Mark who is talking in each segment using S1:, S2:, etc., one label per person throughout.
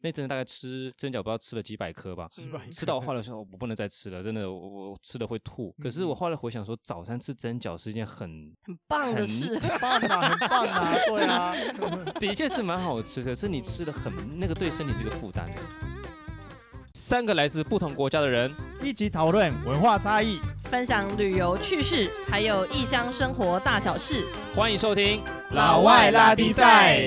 S1: 那阵子大概吃蒸饺，不知道吃了几百颗吧，
S2: 几百
S1: 吃到后来说我不能再吃了，真的我我吃了会吐。可是我后来回想说，早餐吃蒸饺是一件很
S3: 很棒的事，
S2: 棒啊，很棒啊，对 啊，
S1: 的确是蛮好吃的，可是你吃的很那个对身体是一个负担的。三个来自不同国家的人，
S2: 一起讨论文化差异。
S3: 分享旅游趣事，还有异乡生活大小事。
S1: 欢迎收听《
S2: 老外拉迪赛》。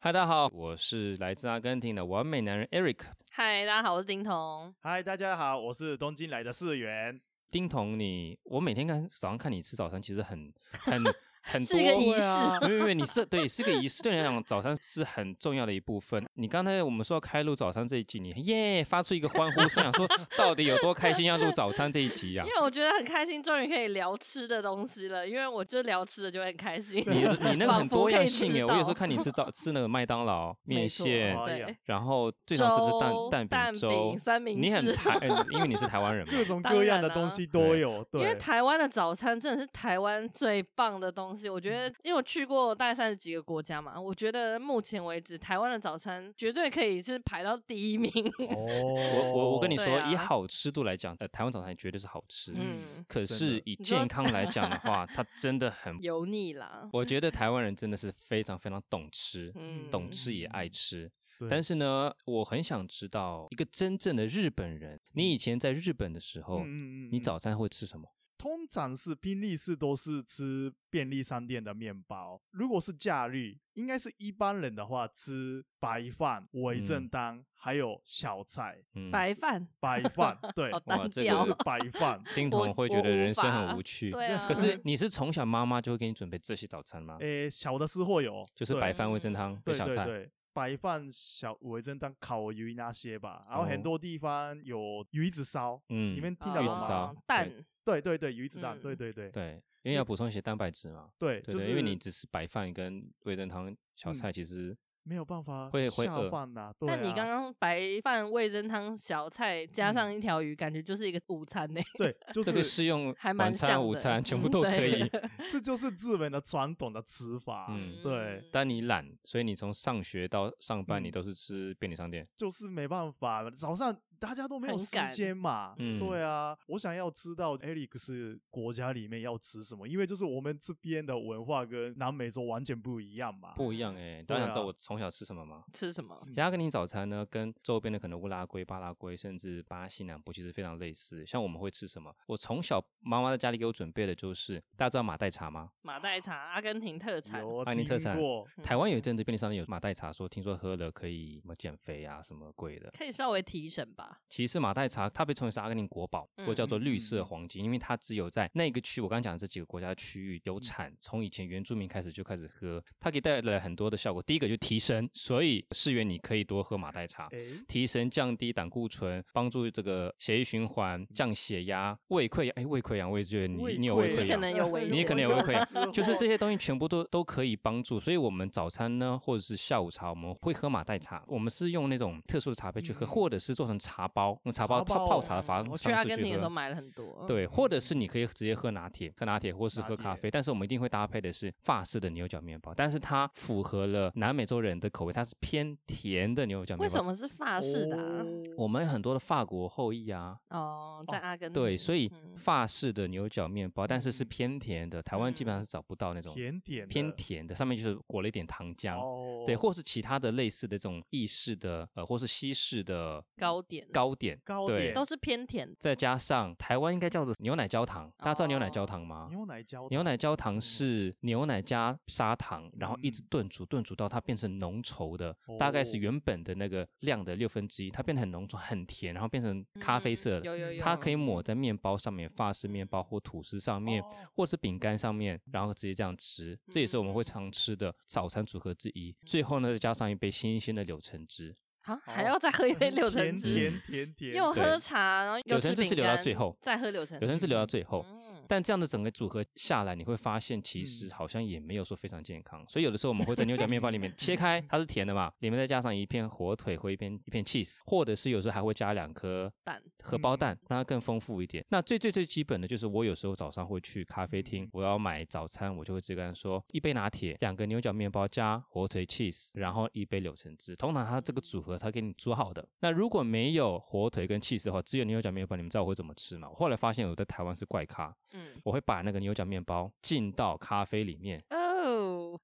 S1: 嗨，大家好，我是来自阿根廷的完美男人 Eric
S3: 嗨，大家好，我是丁彤。
S2: 嗨，大家好，我是东京来的世元。
S1: 丁彤你。我每天看早上看你吃早餐，其实很很 很
S3: 是一个
S1: 多
S3: 仪式
S1: 对啊没有没有没有，你是对是个仪式，对你来讲早餐是很重要的一部分。你刚才我们说要开录早餐这一集，你耶发出一个欢呼声，想 说到底有多开心要录早餐这一集啊
S3: 因？为我觉得很开心，终于可以聊吃的东西了。因为我就聊吃的就会很开心。
S1: 你 的你那个
S3: 仿
S1: 很
S3: 佛
S1: 多
S3: 可
S1: 样
S3: 以
S1: 性
S3: 吃
S1: 耶！我有时
S3: 到
S1: 候看你吃早吃那个麦当劳面
S3: 没错
S1: 线，
S2: 哎呀
S3: 对，
S1: 然后最常吃的是
S3: 粥
S1: 蛋
S3: 蛋
S1: 饼粥
S3: 饼、三明
S1: 你很
S3: 治
S1: 台，呃因为你是台湾人嘛，
S2: 各种各样的东西都有，
S3: 因
S2: 对，
S3: 为台湾的早餐真的是台湾最棒的东西，我
S1: 嗯
S3: 觉得，因为我去过大概三十几个国家嘛，我觉得目前为止台湾的早餐绝对可以是排到第一名。
S2: 哦，
S1: 我
S2: 我
S1: 我我跟你
S3: 对
S1: 说，以
S3: 啊
S1: 好吃度来讲，呃，台湾早餐绝对是好吃。
S3: 嗯，
S1: 可
S2: 真
S1: 是
S2: 的
S1: 以
S3: 你说
S1: 健康来讲的话，它真的 很，
S3: 油腻啦，
S1: 我觉得台湾人真的是非常非常懂吃，
S3: 嗯，
S1: 懂吃也爱吃。
S2: 对
S1: 但是呢，我很想知道一个真正的日本人，你以前在日本的时候，
S2: 嗯
S1: 哦你早餐会吃什么？
S2: 通常是宾利士都是吃便利商店的面包，如果是假日，应该是一般人的话吃白饭为正当，还有小菜
S1: 嗯，
S3: 白饭
S2: 白饭， 对
S3: 好，
S1: 哇
S3: 单
S1: 这
S2: 就
S3: 调
S1: 个
S2: 是，白 饭。
S1: 丁
S3: 我
S1: 彤会觉
S3: 我
S1: 得
S3: 无
S1: 人生
S3: 法
S1: 很无趣。
S3: 对啊。
S1: 可是你是从小妈妈就会给你准备这些早餐吗？
S2: 诶，小的时候有，
S1: 就是
S2: 对嗯
S1: 白饭、味噌汤、跟
S2: 对
S1: 小
S2: 对
S1: 菜。
S2: 对，白饭、小味噌汤、烤鱼那些吧。然后
S1: 哦
S2: 很多地方有鱼子烧，
S1: 嗯，
S2: 你们 听
S1: 到
S2: 得
S1: 鱼
S2: 懂
S1: 子
S3: 哦
S1: 烧
S2: 吗？
S1: 对
S3: 蛋，
S2: 对对对，鱼子蛋，对
S3: 嗯
S2: 对对
S1: 对，因为要补充一些蛋白质嘛。
S2: 对，
S1: 对
S2: 就
S1: 对，
S2: 是
S1: 因为你只吃白饭跟味噌汤、小
S2: 嗯
S1: 菜，其实
S2: 没有办法
S1: 会会饿
S2: 下饭呐。对
S3: 那
S2: 啊，
S3: 你刚刚白饭、味噌汤、小菜加
S1: 嗯
S3: 上一条鱼，感觉就是一个午餐呢，
S2: 对，就
S1: 这个
S2: 是
S1: 适用
S3: 还蛮
S1: 晚餐、
S3: 像
S1: 午
S3: 的
S1: 餐全部
S3: 嗯
S1: 都可
S3: 对
S1: 以。
S2: 这就是日本的传统的吃法。
S1: 嗯
S2: 对，
S1: 但你懒，所以你从上学到上班，你
S2: 嗯
S1: 都是吃便利商店。
S2: 就是没办法，早上大家都没有
S3: 很
S2: 时
S3: 赶
S2: 间嘛。
S1: 嗯
S2: 对啊，我想要知道 Eric 是国家里面要吃什么，因为就是我们这边的文化跟南美洲完全不一样嘛。
S1: 不一样哎、大家想
S2: 对
S1: 知道
S2: 啊嗯
S1: 我从小吃什么吗？
S3: 吃什么？
S1: 阿根廷早餐呢，跟周边的可能乌拉圭、巴拉圭，甚至巴西南部其实非常类似。像我们会吃什么？我从小妈妈在家里给我准备的就是，大家知道马黛茶吗？
S3: 马黛茶，阿根廷特产，
S2: 有啊
S1: 阿根廷特
S2: 听
S1: 产
S2: 过，
S1: 台湾有
S2: 嗯
S1: 一阵子便利商店有马黛茶说，听说喝了可以什么减肥啊，什么鬼的。
S3: 可以稍微提神吧。
S1: 其实马黛茶它被称为是阿根廷国宝，或叫做
S2: 嗯
S1: 绿
S2: 嗯
S1: 色
S2: 嗯
S1: 黄金，因为它只有在那个区，我刚刚讲的这几个国家的区域
S2: 嗯
S1: 有产，从以前原住民开始就开始喝，它可以带来很多的效果。第一个就提神，所以世元你可以多喝马黛茶。
S2: 诶，
S1: 提神、降低胆固醇，帮助这个血液循环，
S2: 嗯
S1: 降血压、胃溃疡。哎，胃溃疡，我也觉得
S3: 嗯
S1: 你你有胃
S3: 溃
S1: 溃
S3: 你可
S1: 疡
S3: 能，有危
S1: 你可能有胃溃
S2: 疡
S1: 就是这些东西全部都都可以帮助。所以我们早餐呢，或者是下午茶，我们会喝马黛茶，我们是用那种特殊的茶杯去喝，
S2: 嗯
S1: 或者是做成茶包，用茶包
S2: 茶包
S1: 泡泡茶的方
S3: 哦我
S1: 方式
S3: 去
S1: 去喝。
S3: 阿根廷的时候买了嗯很多，
S1: 对，或者是你可以直接喝拿铁，喝拿铁，或是
S2: 拿
S1: 喝咖
S2: 铁
S1: 啡，但是我们一定会搭配的是法式的牛角面包，但是它符合了南美洲人的口味，它是偏甜的牛角面包。
S3: 为什么是法式的啊、
S2: 哦
S1: 我们很多的法国后裔啊，
S3: 哦，在阿根廷。
S1: 对，所以
S3: 嗯
S1: 法式的牛角面包，但是是
S2: 嗯
S1: 偏甜的，台湾基本
S3: 嗯
S1: 上是找不到那种
S2: 甜点的
S1: 偏甜的，上面就是裹了一点糖浆，
S2: 哦，
S1: 对，或是其他的类似的这种意式的，呃，或是西式的
S3: 糕点
S1: 糕点，
S2: 糕
S1: 对
S2: 点
S3: 都是偏甜的。
S1: 再加上台湾应该叫做牛奶焦糖，大家知道牛奶焦
S3: 哦
S1: 糖吗？
S2: 牛奶焦
S1: 牛奶焦糖
S2: 嗯
S1: 是牛奶加砂糖，然后一直
S2: 嗯
S1: 炖煮，炖煮到它变成浓稠的，大概是
S2: 哦
S1: 原本的那个量的六分之一，它变得很浓稠、很甜，然后变成咖啡
S3: 嗯
S1: 色的。
S3: 有有有，
S1: 它可以抹在面包上面、法式面包或吐司上面，
S2: 哦
S1: 或是饼干上面，然后直接这样吃。这也是我
S3: 嗯
S1: 们会常吃的早餐组合之一。最后呢，再加上一杯新鲜的柳橙汁。
S3: 啊，还要再喝一杯柳橙
S2: 哦甜
S3: 汁，
S1: 嗯
S2: 甜甜甜，
S3: 又
S1: 对
S3: 哦喝茶，然后
S1: 柳
S3: 又
S1: 橙
S3: 吃
S1: 汁是
S3: 饼
S1: 留到
S3: 干，
S1: 最后
S3: 再喝柳橙汁，
S1: 柳橙汁留到最后，
S3: 嗯
S1: 但这样的整个组合下来，你会发现其实
S2: 嗯
S1: 好像也没有说非常健康。所以有的时候我们会在牛角面包里面切开，它是甜的嘛，里面再加上一片火腿或一片一片 cheese，或者是有时候还会加两颗
S3: 蛋
S1: 荷包
S2: 嗯
S1: 蛋，让它更丰富一点。那最最最基本的就是，我有时候早上会去咖啡
S3: 嗯
S1: 厅，我要买早餐，我就会直接跟他说一杯拿铁，两个牛角面包加火腿 cheese，然后一杯柳橙汁。通常它这个组合它给你煮好的。那如果没有火腿跟 cheese 的话，只有牛角面包，你们知道我会怎么吃吗？我后来发现我在台湾是怪咖，
S3: 嗯，
S1: 我会把那个牛角面包浸到咖啡里面
S3: 哦，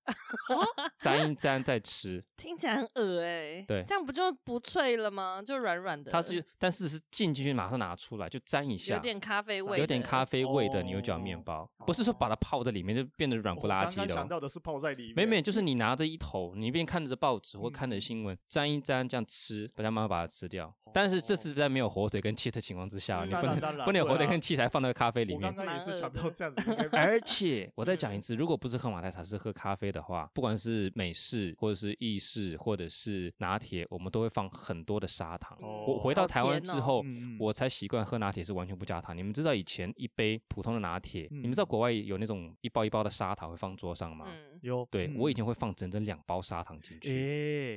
S1: 沾一沾再吃。
S3: 听起来很恶哎、
S1: 对
S3: 这样不就不脆了吗？就软软的，
S1: 它是，但是是浸进去马上拿出来就沾一下，
S3: 有点咖啡味，
S1: 有点咖
S3: 啡，
S1: 啡味的牛角面
S2: 哦
S1: 包，不是说把它泡在里面就变得软
S2: 我
S1: 不拉
S2: 刚
S1: 几
S2: 刚
S1: 的、
S2: 想
S1: 哦。
S2: 到的是泡在里面，
S1: 没没，就是你拿着一头，你一边看着报纸或
S2: 嗯
S1: 看着新闻，沾一沾这样吃，把它慢慢把它吃掉。但是这
S2: 哦
S1: 是在没有火腿跟 cheese 的情况之下，
S3: 嗯
S1: 你
S3: 当
S1: 不
S3: 然
S1: 能
S2: 当然
S1: 不能有
S2: 对
S1: 火腿
S2: 啊
S1: 跟 cheese 还放在咖啡里
S2: 我刚
S1: 面。哎
S2: 刚也是想到这样子，应 该
S1: 而且我再讲一
S2: 嗯
S1: 次，如果不是喝马黛茶，是喝咖啡的话，不管是美式或者是意式或者是拿铁，我们都会放很多的砂糖。
S2: 哦
S1: 我回到
S3: 嗯好
S1: 台湾
S3: 甜
S1: 之
S3: 哦
S1: 后，
S2: 嗯嗯
S1: 我才习惯喝拿铁是完全不加糖。你们知道以前一杯普通的拿铁，你们知道
S2: 嗯
S1: 国外有那种一包一包的砂糖会放桌上吗？
S3: 嗯，
S2: 有哎
S1: 对、我以
S2: 经
S1: 前会放整整两包砂糖进去。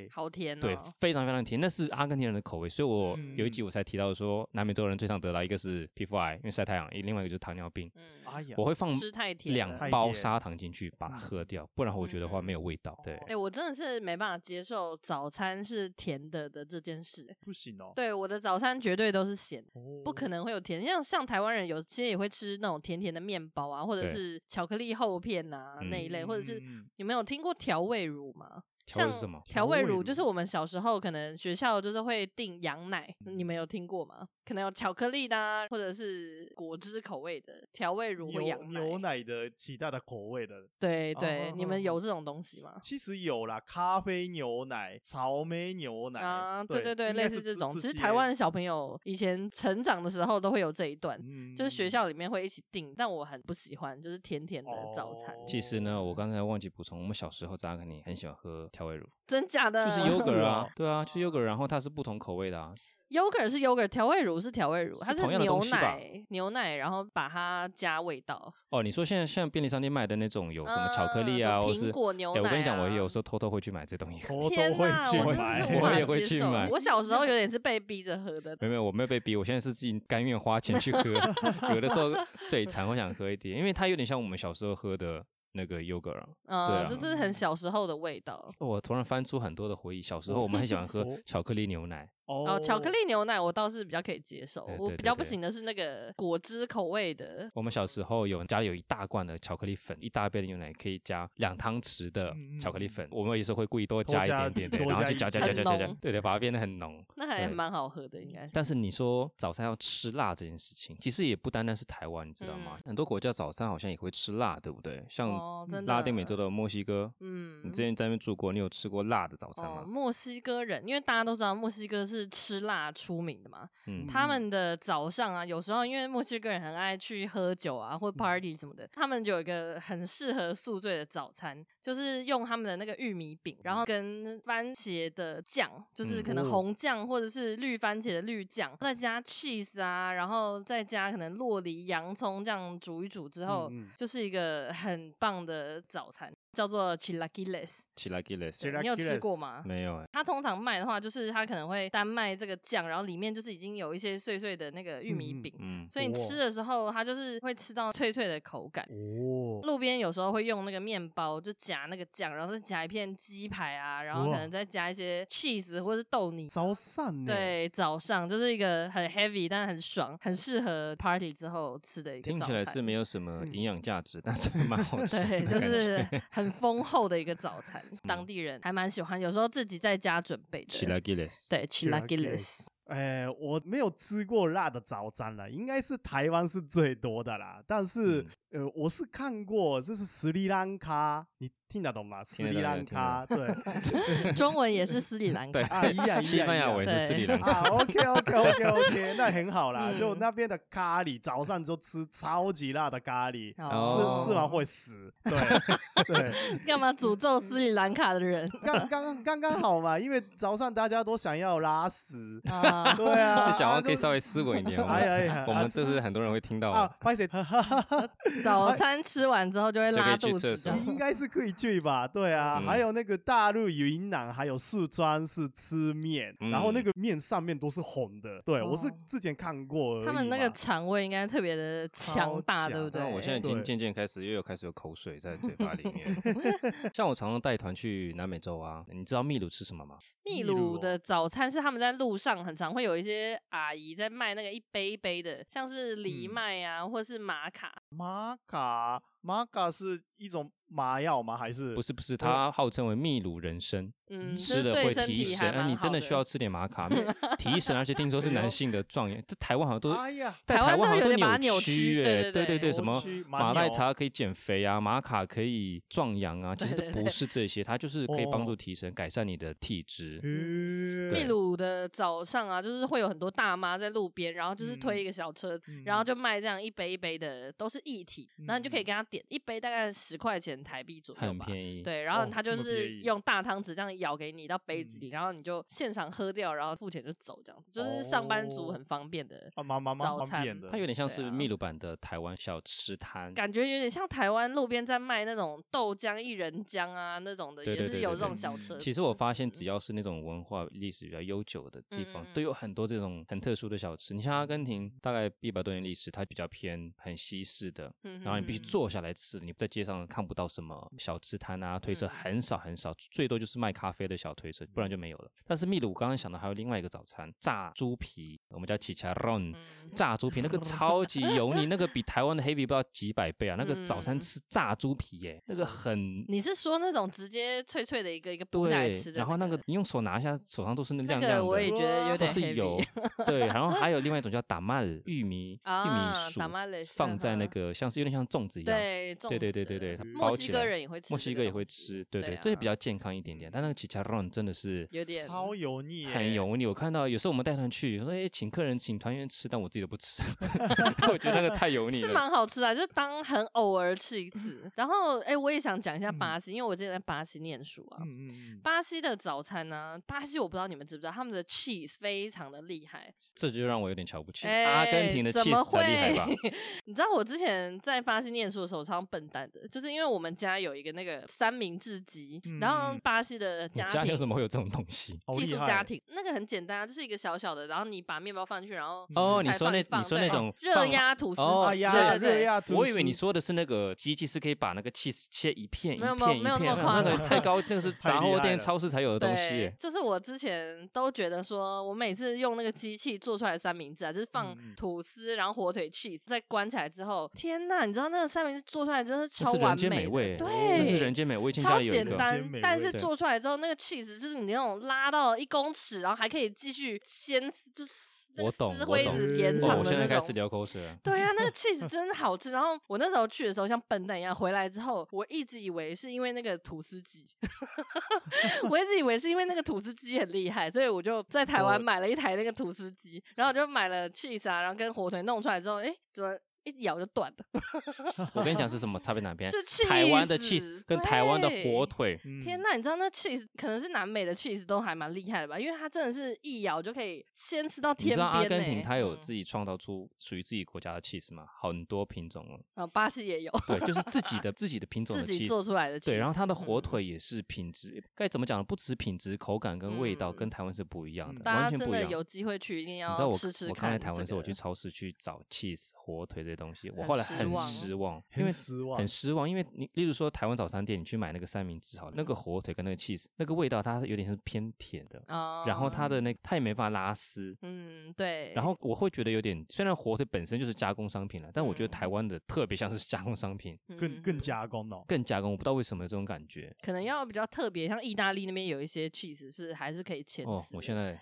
S2: 诶，
S3: 好甜哦，
S1: 对，非常非常甜，那是阿根廷人的口味，所以我
S2: 嗯
S1: 有一集我才提到说，南美洲人最常得到一个是皮肤癌，因为晒太阳；，另外一个就是糖尿病。
S3: 嗯，
S2: 哎呀，哎
S1: 我会放
S3: 吃太甜
S1: 两
S3: 了嗯
S2: 太
S1: 包
S2: 甜
S1: 砂糖进去把它
S2: 嗯
S1: 喝掉，不然我觉得话没有味道。对，
S3: 哎、我真的是没办法接受早餐是甜的的这件事。
S2: 不行哦，
S3: 对，我的早餐绝对都是咸，不
S2: 能，
S3: 可能会有甜。像像台湾人有些也会吃那种甜甜的面包啊，或者
S1: 对
S3: 是巧克力厚片啊那一类，或者是
S2: 嗯嗯嗯
S3: 你们有听过调味乳吗？
S1: 调味
S3: 像
S1: 是什么？
S3: 调
S2: 调味
S3: 味乳
S2: 乳
S3: 就是我们小时候可能学校就是会订羊奶，你
S1: 嗯
S3: 们有听过吗？可能有巧克力的、啊，或者是果汁口味的调味乳或
S2: 牛
S3: 羊奶。
S2: 牛奶的其他的口味的，
S3: 对对，
S2: 哦
S3: 你们有这种东西吗？
S2: 其实有啦，咖啡牛奶、草莓牛奶
S3: 啊，对对
S2: 对
S3: 对，
S2: 应该
S3: 类
S2: 是
S3: 似这
S2: 这
S3: 种，
S2: 这
S3: 其实
S2: 些
S3: 台湾的小朋友以前成长的时候都会有这一段，
S2: 嗯
S3: 就是学校里面会一起订，但我很不喜欢，就是甜甜的早餐，
S2: 哦
S1: 其实呢，我刚才忘记补充，我们小时候在阿根廷很喜欢喝调味乳，
S3: 真假的？
S1: 就是 yogurt
S2: 是
S1: 啊
S2: 哦，
S1: 对啊，就是 yogurt，然后它是不同口味的啊，
S3: yogurt 是 yogurt，调味乳是调味乳，
S1: 是
S3: 它是
S1: 同样的
S3: 牛
S1: 东西吧
S3: 奶，牛奶，然后把它加味道，
S1: 哦，你说现在像便利商店卖的那种有什么巧克力啊，
S3: 嗯什么
S1: 或是
S3: 苹果牛奶
S1: 哎
S3: 啊哦
S1: 我跟你讲，我有时候偷偷会去买这东西喝。
S2: 我都
S3: 天
S2: 会
S3: 呐，
S2: 去
S3: 我真
S2: 买
S3: 的是无
S1: 我也
S3: 法
S1: 会
S3: 接
S1: 去
S3: 受
S1: 买。
S3: 我小时候有点是被逼着喝的，
S1: 没有没有，我没有被逼，我现在是自己甘愿花钱 去喝。有的时候嘴馋，我想喝一点，因为它有点像我们小时候喝的那个 yogurt 啊。
S3: 嗯，
S1: 啊
S3: 就是很小时候的味道。
S1: 我突然翻出很多的回忆，小时候我们很喜欢 喝
S2: 哦
S1: 巧克力牛奶，
S2: 哦
S3: 哦，巧克力牛奶我倒是比较可以接受
S1: 对，
S3: 我
S1: 对
S3: 比
S1: 对
S3: 较不
S1: 对
S3: 行的是那个果汁口味的，
S1: 我们小时候有家里有一大罐的巧克力粉，一大杯的牛奶可以加两汤匙的巧克力粉。我们有时候会故意多
S2: 嗯多
S1: 加一
S2: 加
S1: 点点，
S2: 一
S1: 对，
S2: 多
S1: 然后
S2: 加
S1: 去
S2: 一
S1: 搅搅
S3: 些
S1: 搅搅搅
S3: 很
S1: 搅
S3: 浓，
S1: 对对，把它变得很浓。
S3: 那还
S1: 对
S3: 蛮好喝的，应该是。
S1: 但是你说早餐要吃辣这件事情，其实也不单单是台湾，你知道吗？很多国家早餐好像也会吃辣，对不对？像
S3: 嗯哦，真的
S1: 拉丁美洲的墨西哥，
S3: 嗯，
S1: 你之前在那边住过，你有吃过啊辣的早餐
S3: 哦，
S1: 吗？
S3: 墨西哥人，因为大家都知道墨西哥是吃辣出名的嘛，
S1: 嗯，
S3: 他
S2: 嗯
S3: 们的早上啊，有时候因为墨西哥人很爱去喝酒啊
S2: 嗯
S3: 或 party 什么的，他们就有一个很适合宿醉的早餐，就是用他们的那个玉米饼，然后跟番茄的酱，就是
S1: 嗯
S3: 可能
S2: 哦
S3: 红酱或者是绿番茄的绿酱，再加 cheese 啊，然后再加可能洛梨、洋葱这样煮一煮之后，
S2: 嗯嗯
S3: 就是一个很棒的早餐，叫做 chilaquiles。
S1: 起来 g i l e s
S3: 你有吃过
S2: Chilaquiles
S3: 吗？
S1: 没有哎、
S3: 它通常卖的话，就是它可能会单卖这个酱，然后里面就是已经有一些碎碎的那个玉米
S2: 嗯嗯
S3: 饼，
S1: 嗯，
S3: 所以你
S2: 哇
S3: 吃的时候，它就是会吃到脆脆的口感。
S2: 哦，
S3: 路边有时候会用那个面包就夹那个酱，然后再夹一片鸡排啊，然后可
S2: 哇
S3: 能再加一些 cheese 或是豆泥。
S2: 早上呢，
S3: 对，早上就是一个很 heavy 但很爽，很适合 party 之后吃的一个
S1: 听
S3: 早
S1: 起
S3: 餐。
S1: 来是没有什么
S2: 嗯
S1: 营养价值，但是蛮好吃的
S3: 对，
S1: 感觉。 嗯
S3: 就是很丰厚的一个早餐，当地人还蛮喜欢，有时候自己在家准备
S1: 起
S3: 的。
S1: 来 g i l e s
S3: 对 c h i l a g i l e s
S2: Chilaquiles 哎、我没有吃过辣的早餐了，应该是台湾
S3: 嗯
S2: 是最多的啦。但是，呃，我是看过，就是斯里兰卡，你听得懂吗？斯
S1: 听得
S2: 里
S1: 懂
S2: 兰
S1: 听得
S2: 卡，对，
S3: 中文也是斯里兰卡
S1: 对，
S2: 啊，一样，
S1: 西班牙我也
S3: 对
S1: 是斯里兰卡，
S2: 啊，OK OK OK OK，那很好啦，
S3: 嗯
S2: 就那边的咖喱，早上就吃超级辣的咖喱，
S1: 哦
S2: 吃吃完会死，对对，
S3: 干嘛诅咒斯里兰卡的人
S2: 刚刚刚刚好嘛，因为早上大家都想要拉屎，
S3: 啊？
S2: 对 啊，
S1: 讲话
S2: 啊
S1: 可以
S2: 就
S1: 稍微斯文一点。我
S2: 哎呀哎呀
S1: 们我
S2: 啊
S1: 们这是很多人会听
S2: 啊
S1: 到，，
S2: 拍谁？
S3: 早餐吃完之后就会
S1: 就可以
S3: 拉
S1: 去
S3: 肚
S1: 厕
S3: 子
S1: 所
S3: 的，
S2: 应该是可以去吧？对啊，
S1: 嗯
S2: 还有那个大陆、云南还有四川是吃面，
S1: 嗯
S2: 然后那个面上面都是红的，对我是
S3: 哦
S2: 之前看过而已嘛，
S3: 他们那个肠胃应该特别的强大，
S2: 超强
S3: 对不对？
S1: 那我现在已经
S2: 哎对
S1: 渐渐开始又有开始有口水在嘴巴里面。 像我常常带团去南美洲啊，你知道秘鲁吃什么吗？
S3: 秘
S2: 秘
S3: 鲁
S2: 鲁
S3: 的早餐是他们在路上很常会有一些阿姨在卖那个一杯一杯的，像是藜
S2: 嗯
S3: 麦啊，或是玛卡，
S2: 玛卡，玛卡是一种麻药吗？还是
S1: 不是不是，它号称为秘鲁人参，
S3: 嗯，
S1: 吃
S3: 就
S1: 了
S3: 是对
S1: 会
S3: 身
S1: 提
S3: 体还
S1: 神。
S3: 蛮
S1: 啊，
S3: 好
S1: 你真的需要吃点玛卡 提神，而且听说是男性的壮阳。这台湾好像都
S2: 哎呀，
S1: 在
S3: 台
S1: 台
S3: 湾
S1: 湾好
S3: 都
S1: 像
S3: 有点把它
S1: 都
S3: 扭曲
S1: 曲
S3: 对
S1: 哎，
S3: 对
S1: 对
S3: 对
S1: 对，
S3: 扭
S1: 什么
S2: 曲蛮
S1: 马黛
S2: 扭
S1: 茶可以减肥啊，玛卡可以壮阳 啊，其实
S3: 对
S1: 这
S3: 对
S1: 不是这些，它就是可以帮助
S2: 哦
S1: 提神、改善你的体质。
S2: 呃
S3: 嗯秘
S1: 对
S3: 鲁的早上啊，就是会有很多大妈在路边，然后就是推一个小车，
S2: 嗯
S3: 然后就卖这样一杯一杯的，都是一体，然后你就可以跟他点一杯，大概十块钱台币左右
S1: 嗯很
S3: 吧。
S1: 便宜，
S3: 对，然后
S2: 哦
S3: 他就
S2: 这么便
S3: 是
S2: 宜
S3: 用大汤匙这样舀给你到杯子
S1: 嗯
S3: 里，然后你就现场喝掉，然后付钱就走，这样子就是上班族
S2: 哦
S3: 很方便的，
S2: 啊，蛮蛮蛮
S3: 早
S2: 蛮
S3: 餐
S2: 扁的，
S1: 它有点像是
S3: 啊
S1: 秘鲁版的台湾小吃摊，
S3: 感觉有点像台湾路边在卖那种豆浆、薏仁浆啊那种的，
S1: 对
S3: 也
S1: 对
S3: 是
S1: 对
S3: 有
S1: 对
S3: 这种
S2: 对
S3: 小
S2: 嗯
S3: 车子。
S1: 其实我发现，只要是那种文化历史比较悠久的地方
S3: 嗯，
S1: 都有很多这种很特殊的小吃。你像阿根廷，大概一百多年历史，它比较偏很西式的，
S3: 嗯，
S1: 然后你必须
S3: 嗯
S1: 坐下来吃，你在街上看不到什么小吃摊啊、推车，
S3: 嗯
S1: 很少很少，最多就是卖咖啡的小推车，不然就没有了。但是秘鲁，我刚刚想到还有另外一个早餐，炸猪皮，我们叫起恰 ron。
S3: 嗯
S1: 炸猪皮那 个超级油腻，那个比台湾的黑皮不知道几百倍啊！那个早
S3: 嗯
S1: 餐吃炸猪皮耶、那个很
S3: 你是说那种直接脆脆的一个一个剥下来吃
S1: 对，
S3: 的？
S1: 然后那个你用手拿一下，手上都是那
S3: 那
S1: 亮亮
S3: 个
S1: 的，
S3: 我也觉得有
S1: 都
S3: 点
S1: 是
S3: heavy
S1: 油。 对，然后还有另外一种叫打曼玉米、
S3: 啊
S1: 玉米
S3: ，tamales，
S1: 薯，放在那
S3: 嗯哼
S1: 个像是有点像粽子一样。
S3: 对，粽
S1: 对对
S3: 子
S1: 对对对它
S3: 墨
S1: 包
S3: 西
S1: 起
S3: 哥
S1: 来
S3: 人也会吃，
S1: 墨西哥也会吃，对
S3: 对
S1: 对，
S3: 啊
S1: 这比较健康一点点。但那个 chicharron 真的是
S3: 有点
S2: 超油腻耶，
S1: 很油腻，我看到有时候我们带团去，说哎请客人请团员吃，但我自己都不吃， 我觉得那个太油腻
S3: 是
S1: 了。
S3: 蛮好吃啊，就是当很偶尔吃一次。然后，哎、我也想讲一
S1: 嗯
S3: 下巴西，因为我之前在巴西念书啊。
S2: 嗯，嗯嗯嗯，
S3: 巴西的早餐呢、巴西我不知道你们知不知道，他们的 cheese 非常的厉害。
S1: 这就让我有点瞧不起
S3: 哎
S1: 阿根廷的
S3: 怎么
S1: cheese 才厉害吧
S3: 会？ 你知道我之前在巴西念书的时候超笨蛋的，就是因为我们家有一个那个三明治机，
S2: 嗯
S3: 然后巴西的
S1: 你
S3: 家
S1: 家里
S3: 庭
S1: 为什么会有这种东西？
S2: 好
S3: 寄
S2: 厉
S3: 宿
S2: 害哦
S3: 家，庭那个很简单啊，就是一个小小的，然后你把面包放进去，然后
S1: 哦
S3: 食材
S1: 你说
S3: 放一
S1: 那
S3: 放
S1: 你说
S3: 对
S1: 那种
S3: 热
S1: 放
S3: 压吐司
S1: 哦
S2: 啊
S3: 机
S1: 压
S2: 呀，
S3: 对对
S2: 热
S3: 对
S2: 压吐司，
S1: 我以为你说的是那个机器是可以把那个 cheese 切一片一
S3: 没有
S1: 片
S3: 没有
S1: 一
S3: 没有
S1: 片，
S3: 那么夸
S1: 那个
S3: 张
S1: 太高，那 个是
S2: 太
S1: 杂
S2: 厉
S1: 货
S2: 害
S1: 店、
S2: 了
S1: 超市才有的东西
S3: 对
S1: 耶。
S3: 就是我之前都觉得说，我每次用那个机器做出来的三明治啊，就是放
S2: 嗯嗯
S3: 吐司，然后火腿 cheese，再关起来之后，天呐，你知道那个三明治做出来真的是
S1: 那
S3: 超
S1: 是
S3: 完
S1: 人间
S3: 美
S1: 美
S3: 的
S1: 味，
S3: 对，
S1: 那是人间美味。我以前家
S3: 超
S1: 里有一
S3: 简
S1: 个，
S2: 人
S3: 单
S2: 间美，味
S3: 但是
S1: 对
S3: 做出来之后，那个 cheese 就是你那种拉到一公尺，然后还可以继续掀，就是那
S1: 我
S3: 个
S1: 懂
S3: 撕
S1: 我
S3: 灰
S1: 懂
S3: 子延
S2: 很
S1: 哇
S3: 长
S1: 我
S3: 的
S1: 现在
S3: 那
S1: 开始
S3: 种。
S1: 流口水了。
S3: 对啊，那个 cheese 真的好吃。然后我那时候去的时候像笨蛋一样，回来之后我一直以为是因为那个吐司机， 我一直以为是因为那个吐司机很厉害，所以我就在台湾
S2: 我
S3: 买了一台那个吐司机，然后我就买了 cheese 啊，然后跟火腿弄出来之后，哎，怎么一咬就断了？
S1: 我跟你讲是什么差别哪边？
S3: 是 cheese，
S1: 台湾的 cheese 跟台湾的
S3: 对
S1: 火腿，
S2: 嗯
S3: 天呐，你知道那 cheese 可能是南美的 cheese 都还蛮厉害的吧？因为它真的是一咬就可以先吃到
S1: 你
S3: 天
S1: 知
S3: 边、
S1: 道
S3: 欸。
S1: 阿根廷它有
S3: 嗯
S1: 自己创造出属于自己国家的 cheese 吗？很多品种哦，
S3: 哦，巴西也有
S1: 对，就是自己的自己的品种
S3: 自
S1: 的
S3: 己做
S1: cheese。
S3: 出来的 cheese。
S1: 对，然后它的火
S3: 嗯
S1: 腿也是品质，该怎么讲呢？不止品质、口感跟味道
S3: 嗯
S1: 跟台湾是不一样
S2: 嗯
S1: 的，
S3: 大
S1: 完
S3: 家
S1: 全
S3: 真
S1: 不一
S3: 的
S1: 样。
S3: 有机会去，一定要
S1: 你知道我
S3: 吃吃看。
S1: 我刚来台湾的时候，我去，超市去找 cheese 火腿这些东西，我
S3: 很
S1: 后来
S3: 失
S1: 很
S3: 望
S1: 失望，因为
S2: 很失望
S1: 很，失望，因为你例如说台湾早餐店，你去买那个三明治好了，那个火腿跟那个 cheese 那个味道，它有点像是偏甜的，
S3: 啊、
S1: 然后它的那它也没办法拉丝。
S3: 嗯对，
S1: 然后我会觉得有点，虽然火腿本身就是加工商品了，但我觉得
S3: 嗯
S1: 台湾的特别像是加工商品，
S2: 更
S3: 嗯
S2: 更加工 哦，
S1: 更加工，我不知道为什么有这种感觉。
S3: 可能要比较特别，像意大利那边有一些 cheese 是还是可以前
S1: 哦，我现 在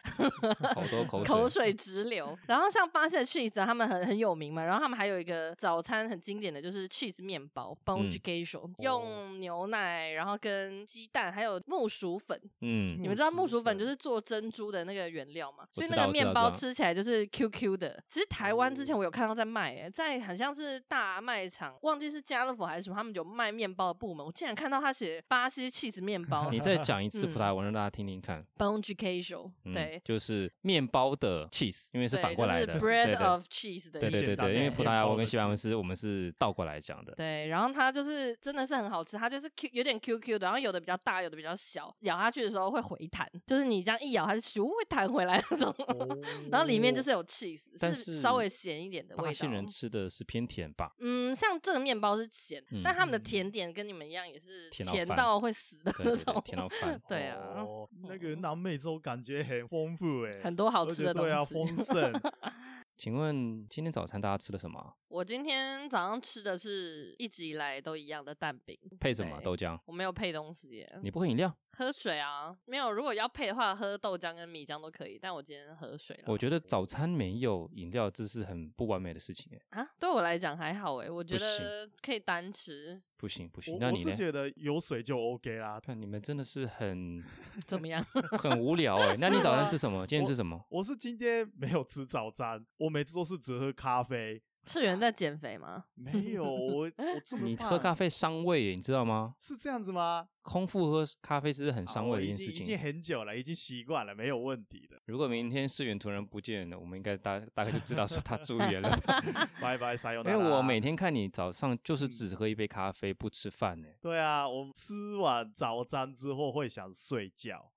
S1: 好多口水，
S3: 口水直流。然后像巴西的 cheese，、啊、他们很很有名嘛，然后他们还有有一个早餐很经典的就是 cheese 面包 b o n
S1: 嗯哦
S3: g e g a s h o 用牛奶，然后跟鸡蛋，还有木薯粉。
S1: 嗯，
S3: 你们知道
S2: 木
S3: 木
S2: 薯
S3: 薯粉
S2: 粉
S3: 就是做珍珠的那个原料嘛？
S1: 我
S3: 所以
S1: 知道
S3: 那
S1: 我
S3: 个
S1: 知道
S3: 面
S1: 知道
S3: 包
S1: 哦
S3: 吃起来就是 QQ 的。其实台湾之前我有看到在卖、欸，在很像是大卖场，忘记是家乐福还是什么，他们有卖面包的部门。我竟然看到他写巴西 cheese 面包
S1: 你再讲一次
S3: 嗯
S1: 葡萄牙文，让大家听听看。
S3: b o n g e g a s h o
S1: 嗯
S3: 对，
S1: 就是面包的 cheese，因为是
S3: 对，
S1: 反过来的，
S3: 就是
S1: 对
S3: bread
S1: 对
S3: of cheese 的
S1: 对
S3: 意
S1: 对
S3: 思
S1: 对
S2: 上
S1: 对，因为
S2: 面
S1: 葡
S2: 面
S1: 萄牙
S2: 包
S1: 文跟
S2: 的
S1: 西班牙文
S2: cheese
S1: 是我们是倒过来讲的。
S3: 对，然后它就是真的是很好吃，它就是 Q 有点 QQ 的，然后有的比较大，有的比较小，咬下去的时候会回弹，就是你这样一咬，它就咻会弹回来那种。
S1: 哦
S2: 哦
S3: 然后里面就是有 cheese，
S1: 但
S3: 是
S1: 是
S3: 稍微咸一点的
S1: 巴
S3: 味
S1: 西
S3: 道。哦
S1: 人吃的是偏甜吧？
S3: 嗯，像这个面包是咸，
S1: 嗯
S3: 但他们的甜点跟你们一样也是
S1: 甜到
S3: 甜
S1: 翻
S3: 到会死的
S1: 对
S3: 那
S1: 对对
S3: 种，。
S1: 甜到翻
S3: 对啊，
S2: 哦那个南美洲感觉很丰富哎、
S3: 很多好吃的
S2: 而且对啊，
S3: 东
S2: 丰
S3: 西。
S2: 盛。
S1: 请问今天早餐大家吃了什么啊？
S3: 我今天早上吃的是一直以来都一样的蛋饼，
S1: 配什么啊？
S3: 对
S1: 豆浆？
S3: 我没有配东西耶。
S1: 你不喝饮料？
S3: 喝水啊，没有。如果要配的话，喝豆浆跟米浆都可以。但我今天喝水了。
S1: 我觉得早餐没有饮料，这是很不完美的事情耶。
S3: 啊，对我来讲还好诶，我觉
S1: 不行
S3: 得可以 单吃，
S1: 不行不行，
S2: 我
S1: 那
S2: 我
S1: 你呢
S2: 是？觉得有水就 OK 啦。
S1: 看你们真的是很
S3: 怎么样？
S1: 很无聊哎。那你
S3: 是
S1: 早餐
S3: 吗
S1: 吃什么？今天吃什么？
S2: 我是今天没有吃早餐，我每次都是只喝咖啡。
S3: 是有人在减 肥吗？
S2: 没有，我我这么
S1: 你
S2: 胖
S3: 哎
S1: 喝咖啡伤胃耶，你知道吗？
S2: 是这样子吗？
S1: 空腹喝咖啡是很伤
S2: 啊我
S1: 胃的一
S2: 已
S1: 件
S2: 经
S1: 事
S2: 已经
S1: 情。。
S2: 很久了，已经习惯了，没有问题 的
S1: 如果明天世远突然不见了，我们应该大大概就知道说 他住院了。
S2: 拜拜，撒有
S1: 因为我每天看你早上就是只喝一杯咖啡不吃饭呢，
S2: 对啊，我吃完早餐之后会想睡觉。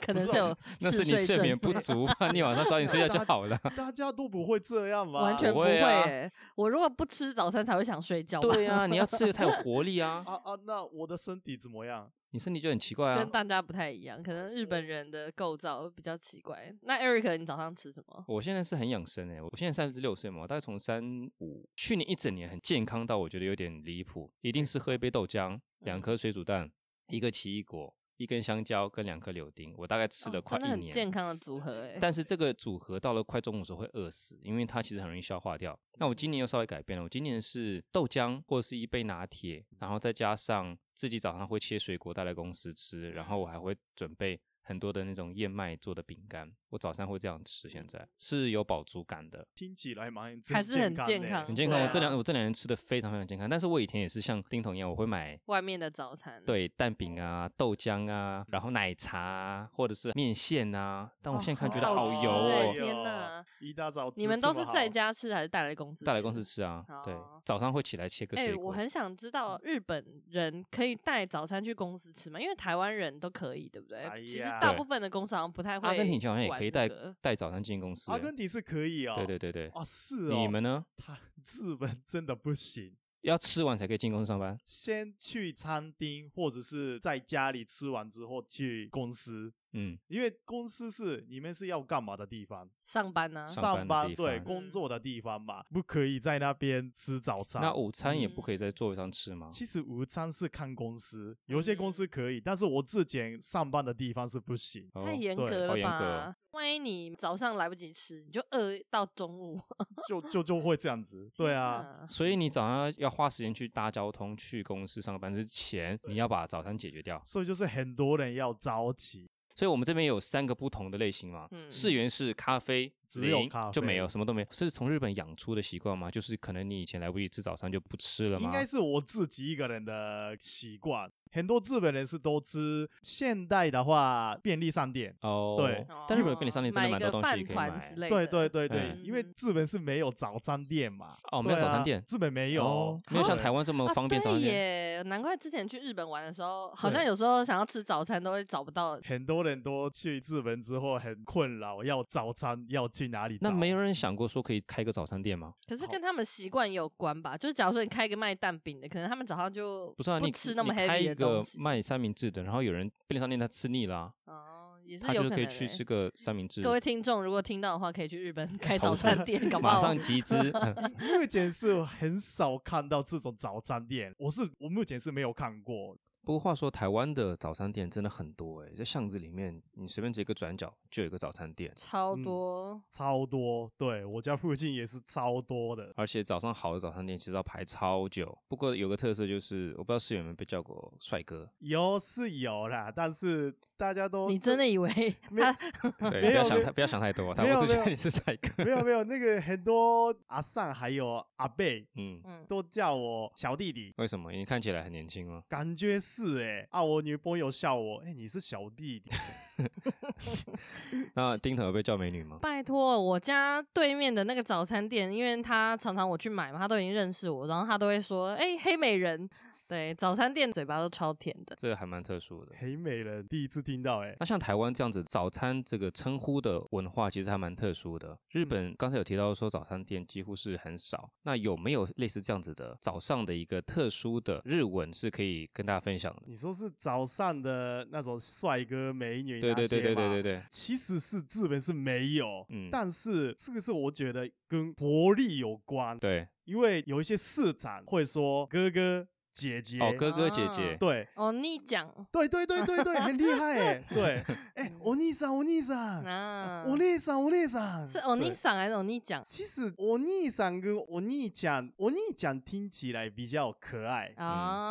S3: 可能是
S2: 知道
S3: 有
S1: 那是
S3: 嗜
S1: 你
S3: 睡
S1: 睡眠
S3: 症。
S1: 不 足吧？你晚上早点睡觉 就好了。
S2: 大家都不会这样吧？
S3: 完全
S1: 不
S3: 不
S1: 会
S3: 会、
S1: 啊
S3: 欸，我如果不吃早餐才会想睡觉吧。
S1: 对啊，你要吃的 才有活力啊，
S2: 啊啊！那我的身体怎么样？
S1: 你身体就很奇怪啊
S3: 跟。大家不太一样，可能日本人的构造比较奇怪。那 Eric，你早上吃什么？
S1: 我现在是很养生哎、我现在三十六岁嘛，我大概从三五去年一整年很健康到我觉得有点离谱，一定是喝一杯豆浆，两颗水煮蛋，一个奇异果，一根香蕉跟两颗柳丁，我大概吃了
S3: 哦
S1: 快
S3: 真
S1: 一
S3: 的很
S1: 年。
S3: 健康的组合欸诶。
S1: 但是这个组合到了快中午的时候会饿死，因为它其实很容易消化掉。那我今年又稍微改变了，我今年是豆浆或者是一杯拿铁，然后再加上自己早上会切水果带来公司吃，然后我还会准备很多的那种燕麦做的饼干，我早上会这样吃。现在是有饱足感的，
S2: 听起来蛮
S3: 还是很
S2: 健
S3: 健
S2: 的欸
S3: 康
S1: 很健康。
S3: 对
S1: 我这
S3: 啊
S1: 两我这两年吃的非常非常健康，但是我以前也是像丁彤一样，我会买
S3: 外面的早餐，，
S1: 对蛋饼啊、豆浆啊，然后奶茶、啊、或者是面线啊，但我现在看觉得
S3: 哦好
S1: 好
S3: 吃
S1: 油
S3: 欸
S1: 哦。
S3: 天哪！
S2: 一大早吃
S3: 你们
S2: 这
S3: 都
S2: 么
S3: 是在
S2: 好
S3: 家吃还是带来公司？
S1: 带来公司。吃啊，对
S3: 哦，
S1: 早上会起来切个
S3: 哎、
S1: 水果。嗯
S3: 我很想知道日本人可以带早餐去公司吃吗？因为台湾人都可以，对不对？
S2: 哎
S3: 其实
S2: 呀
S3: 大
S1: 对
S3: 部分的工商不太会。
S1: 阿根廷好像也可以带
S3: 对
S1: 带早餐进公司
S2: 阿
S1: 欸，
S2: 根廷是可以哦。
S1: 对对对对，
S2: 哦，是哦。
S1: 你们呢？
S2: 他日本真的不行，
S1: 要吃完才可以进公司上班，
S2: 先去餐厅或者是在家里吃完之后去公司，
S1: 嗯，
S2: 因为公司是你们是要干嘛的地方，
S3: 上班啊呢、
S1: 上
S2: 上
S1: 班的地
S2: 对
S1: 方
S3: 嗯
S2: 工作的地方嘛，不可以在那边吃早餐。
S1: 那午餐也不
S3: 嗯
S1: 可以在座位上吃吗？
S2: 其实午餐是看公司，有些公
S3: 嗯
S2: 司可以，但是我之前上班的地方是不 行。
S1: 哦
S3: 太严
S2: 对
S3: 格
S1: 好
S3: 了
S1: 严格
S3: 吧？
S1: 哦
S3: 万一你早上来不及吃，你就饿到中午。
S2: 就就就会这样子。对啊，
S3: 天哪，
S1: 哦所以你早上要花时间去搭交通去公司上班之前，你要把早餐解决掉。
S2: 所以就是很多人要早起，
S1: 所以我们这边有三个不同的类型嘛，
S3: 嗯
S1: 四元是咖啡，
S2: 只有
S1: 零
S2: 咖啡
S1: 就没有什么都没有，是从日本养出的习惯吗？就是可能你以前来不及吃早餐就不吃了吗？
S2: 应该是我自己一个人的习惯。很多日本人是都吃现代的话，便利商店。
S1: 哦，
S2: 对
S1: 但日本便利商店真的
S3: 嗯哦买
S1: 蛮
S3: 一
S1: 多
S3: 个
S1: 东
S3: 饭
S1: 西可以
S3: 团
S1: 买
S3: 之类
S2: 对
S3: 的。
S2: 对对对，
S3: 嗯
S2: 因为日本是没有早餐店嘛。
S1: 哦没有
S2: 对
S1: 早餐
S2: 啊
S1: 店
S2: 日本没有，
S1: 哦没有像台湾这么
S3: 啊
S1: 方便早餐
S3: 对
S1: 店。
S3: 耶，难怪之前去日本玩的时候，好像
S2: 对
S3: 有时候想要吃早餐都会找 不到。
S2: 很多人都去日本之后很困扰，要早餐要去哪里
S1: 那
S2: 找？
S1: 没有人想过说可以开个早餐店吗？
S3: 可是跟他们习惯有关吧？就是假如说你开一个卖蛋饼的，可能他们早上就
S1: 不是啊，你
S3: 吃那么
S1: 你开
S3: heavy
S1: 一
S3: 的
S1: 个
S3: 东西。
S1: 卖三明治的，然后有人便利商店他吃腻了啊、
S3: 哦，也是
S1: 他就
S3: 有
S1: 是
S3: 能
S1: 可以
S3: 欸
S1: 去吃个三明治，
S3: 各位听众，如果听到的话，可以去日本 开
S1: 投
S3: 早
S1: 资
S3: 餐店，搞不
S1: 马
S3: 好
S1: 上集 资。
S2: 目前是很少看到这种早餐店，我是我目前是没有看过。
S1: 不过话说，台湾的早餐店真的很多诶、在巷子里面，你随便几个转角就有一个早餐店，
S3: 超
S2: 嗯
S3: 多。
S2: 超多，对我家附近也是超多的。
S1: 而且早上好的早餐店其实要排超久。不过有个特色就是，我不知道室友有没有被叫过帅 哥，
S2: 有是有啦，但是大家都
S3: 你真的以为
S2: 哦没有
S3: 他
S1: 对，
S2: 没
S1: 不要
S2: 有没
S1: 想
S2: 有
S1: 太不要想太 多，他
S2: 没有
S1: 我只
S2: 没
S1: 觉
S2: 有
S1: 得你是帅哥。
S2: 没有没有那个很多阿尚还有阿贝
S1: 嗯，
S3: 嗯，
S2: 都叫我小弟弟，
S1: 为什么？你看起来很年轻吗？
S2: 感觉是哎、啊，我女朋友笑我，哎、你是小弟弟，
S1: 那丁头有被叫美女吗？
S3: 拜托，我家对面的那个早餐店，因为他常常我去买嘛，他都已经认识我，然后他都会说：“哎、黑美人。”对，早餐店嘴巴都超甜的。
S1: 这个还蛮特殊的。
S2: 黑美人，第一次听到哎、
S1: 那像台湾这样子早餐这个称呼的文化，其实还蛮特殊的。
S2: 嗯
S1: 日本刚才有提到说早餐店几乎是很少，那有没有类似这样子的早上的一个特殊的日文是可以跟大家分享的？
S2: 你说是早上的那种帅哥美女
S1: 对对对对对对
S2: 对，
S1: 对，
S2: 其实是日本是没有，
S1: 嗯
S2: 但是这个是我觉得跟活力有关，
S1: 对
S2: 因为有一些市长会说哥哥姐姐，
S1: 哦，哥哥姐
S3: 啊
S1: 姐，
S2: 对。
S3: 哦，你讲
S2: 对对对对对，很厉害哎！ 对，哎、お兄さんお兄さん，
S3: 啊，
S2: お姉さんお姉さん，
S3: 是欧尼
S2: 对
S3: 桑还是欧尼讲
S2: 其实我逆嗓跟我逆讲，我逆讲听起来比较可爱。
S3: 啊？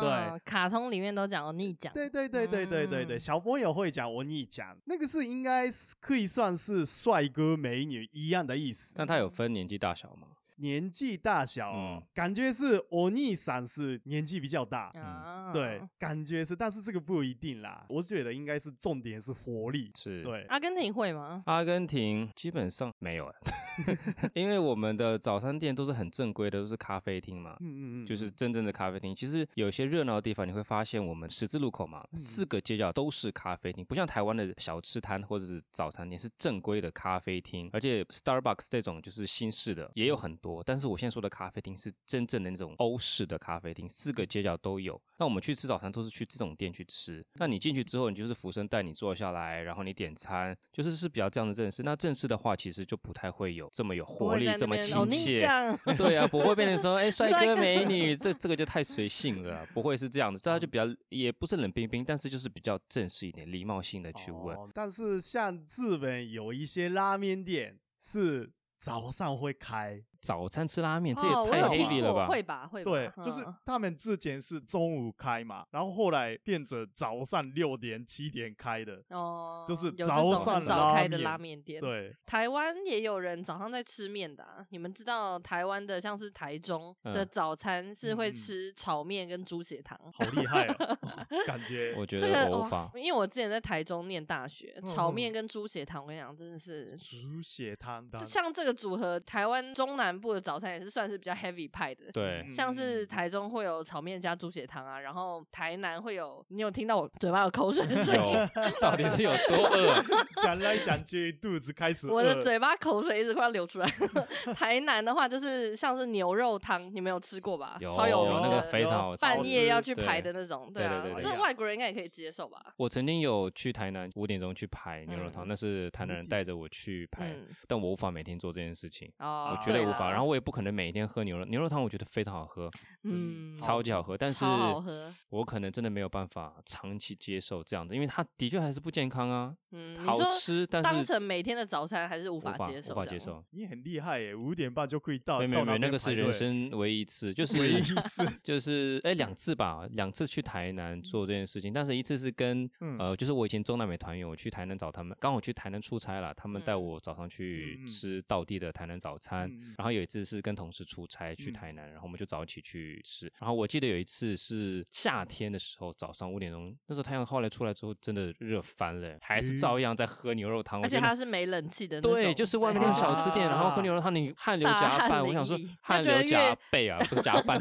S2: 嗯对，
S3: 卡通里面都讲欧尼讲。
S2: 对对对对对对对，
S3: 嗯
S2: 小朋友会讲我逆讲，那个是应该是可以算是帅哥美女一样的意思。
S1: 那它有分年纪大小吗？
S2: 年纪大小哦，
S1: 嗯
S2: 感觉是我逆嗓是年纪比较大。
S3: 啊，
S2: 嗯对，感觉是，但是这个不一定啦。我觉得应该是重点是活力。
S1: 是，。
S2: 对，
S3: 阿根廷会吗？
S1: 阿根廷基本上没 有哎、因为我们的早餐店都是很正规的，都是咖啡厅嘛，
S2: 嗯嗯嗯，
S1: 就是真正的咖啡厅。其实有些热闹的地方，你会发现我们十字路口嘛，
S2: 嗯
S1: 四个街角都是咖啡厅，不像台湾的小吃摊或者是早餐店是正规的咖啡厅，而且 Starbucks 这种就是新式的也有很多。但是我现在说的咖啡厅是真正的那种欧式的咖啡厅，四个街角都有。那我们去吃早餐都是去这种店去吃。那你进去之后，你就是服务生带你坐下来，然后你点餐，就是是比较这样的正式。那正式的话，其实就不太会有这么有
S3: 不
S1: 活
S3: 会
S1: 力
S3: 在、
S1: 这
S3: 那
S1: 么
S3: 边哦
S1: 亲
S3: 欧尼
S1: 切。
S3: 酱
S1: 对啊，不会变成说，哎、帅
S3: 帅
S1: 哥
S3: 哥
S1: 美女，这这个就太随性了啊，不会是这样的，大家就比较也不是冷冰冰，但是就是比较正式一点，礼貌性的去问。
S2: 哦但是像日本有一些拉面店是早上会开，
S1: 早餐吃拉面，这
S3: 哦
S1: 也
S3: 我
S1: 太
S3: 有
S2: 黑
S3: 听
S1: heavy 了
S3: 过
S1: 吧？
S3: 会吧，会吧，
S2: 对，就是
S3: 嗯
S2: 他们之前是中午开嘛，然后后来变成早上六点、七点开的。
S3: 哦，
S2: 就是
S3: 有这
S2: 早
S3: 种
S2: 上
S3: 很早
S2: 拉
S3: 开的
S2: 面
S3: 拉面店，
S2: 对，
S3: 台湾也有人早上在吃面的、啊，你们知道台湾的像是台中的
S1: 嗯
S3: 早餐是
S2: 嗯
S3: 会
S2: 嗯
S3: 吃炒面跟猪血汤。
S2: 好厉害、哦，感觉
S1: 我觉
S3: 这个
S1: 得
S3: 哦
S1: 我无
S3: 哇
S1: 法，，
S3: 因为我之前在台中念大学，
S2: 嗯
S3: 炒
S2: 嗯
S3: 面跟猪血汤，我跟你讲，真的是
S2: 猪血汤
S3: 这
S2: 当
S3: 像这个组合，台湾中南部的早餐也是算是比较 heavy 派的。
S1: 对，
S3: 像是
S2: 嗯
S3: 台中会有炒面加猪血汤啊，然后台南会有，你有听到我嘴巴有口水的声 音？
S1: 有到底是有多饿？
S2: 讲来讲去，肚子开始
S3: 我的
S2: 饿
S3: 嘴巴口水一直快要流出来。 台南的话，就是像是牛肉汤，你们有吃过吧？
S1: 有
S3: 超有名
S1: 哦那
S3: 的
S1: 个非常好吃。
S3: 半夜要去
S1: 对
S3: 排的那种，
S1: 对
S3: 啊
S1: 对对，
S2: 对
S3: 这外国人应该也可以接受吧？
S1: 我曾经有去台南五点钟去排牛肉汤，
S3: 嗯
S1: 那是台南人带着我去排，
S3: 嗯，
S1: 但我无法每天做这件事情。
S3: 哦
S1: 我
S2: 啊，
S1: 绝对
S3: 对
S1: 无
S3: 啦
S1: 法，然后我也不可能每天喝牛肉牛肉汤，我觉得非常好喝，
S3: 嗯，
S1: 超级好喝，但是
S3: 超好喝，
S1: 我可能真的没有办法长期接受这样的，因为它的确还是不健康啊，
S3: 嗯，你
S1: 好
S3: 说
S1: 吃，但是
S3: 当成每天的早餐还是无
S1: 无
S3: 法
S1: 法
S3: 接受，
S1: 无法接。受。
S2: 你很厉害耶，五点半就可以到，
S1: 没没
S2: 到
S1: 没，那
S2: 边
S1: 个是
S2: 排
S1: 人
S2: 队
S1: 生唯一一次， 就是
S2: 唯一一次
S1: 就是哎两次吧，两次去台南做这件事情，但是一次是跟
S2: 嗯
S1: 呃，就是我以前中南美团员，我去台南找他们，刚好去台南出差了，他们
S3: 嗯
S1: 带我早上去
S2: 嗯嗯
S1: 吃道地的台南早餐
S2: 嗯嗯，
S1: 然后有一次是跟同事出差去
S2: 嗯
S1: 台南，然后我们就早起去吃，然后我记得有一次是夏天的时候，早上五点钟，那时候太阳后来出来之后真的热翻了，还是
S2: 咦
S1: 照样在喝牛肉汤，我
S3: 嗯而且
S1: 觉得
S3: 它是没冷气的那种，
S1: 对，就是外面那种
S3: 对
S1: 小吃店，然后喝
S2: 啊
S1: 牛肉汤，你汗流
S3: 大
S1: 浃
S3: 汗
S1: 背。我
S3: 淋
S1: 想说
S3: 漓，
S1: 汗
S3: 那觉
S1: 流
S3: 得
S1: 浃
S3: 越
S1: 背啊，不是 浃半，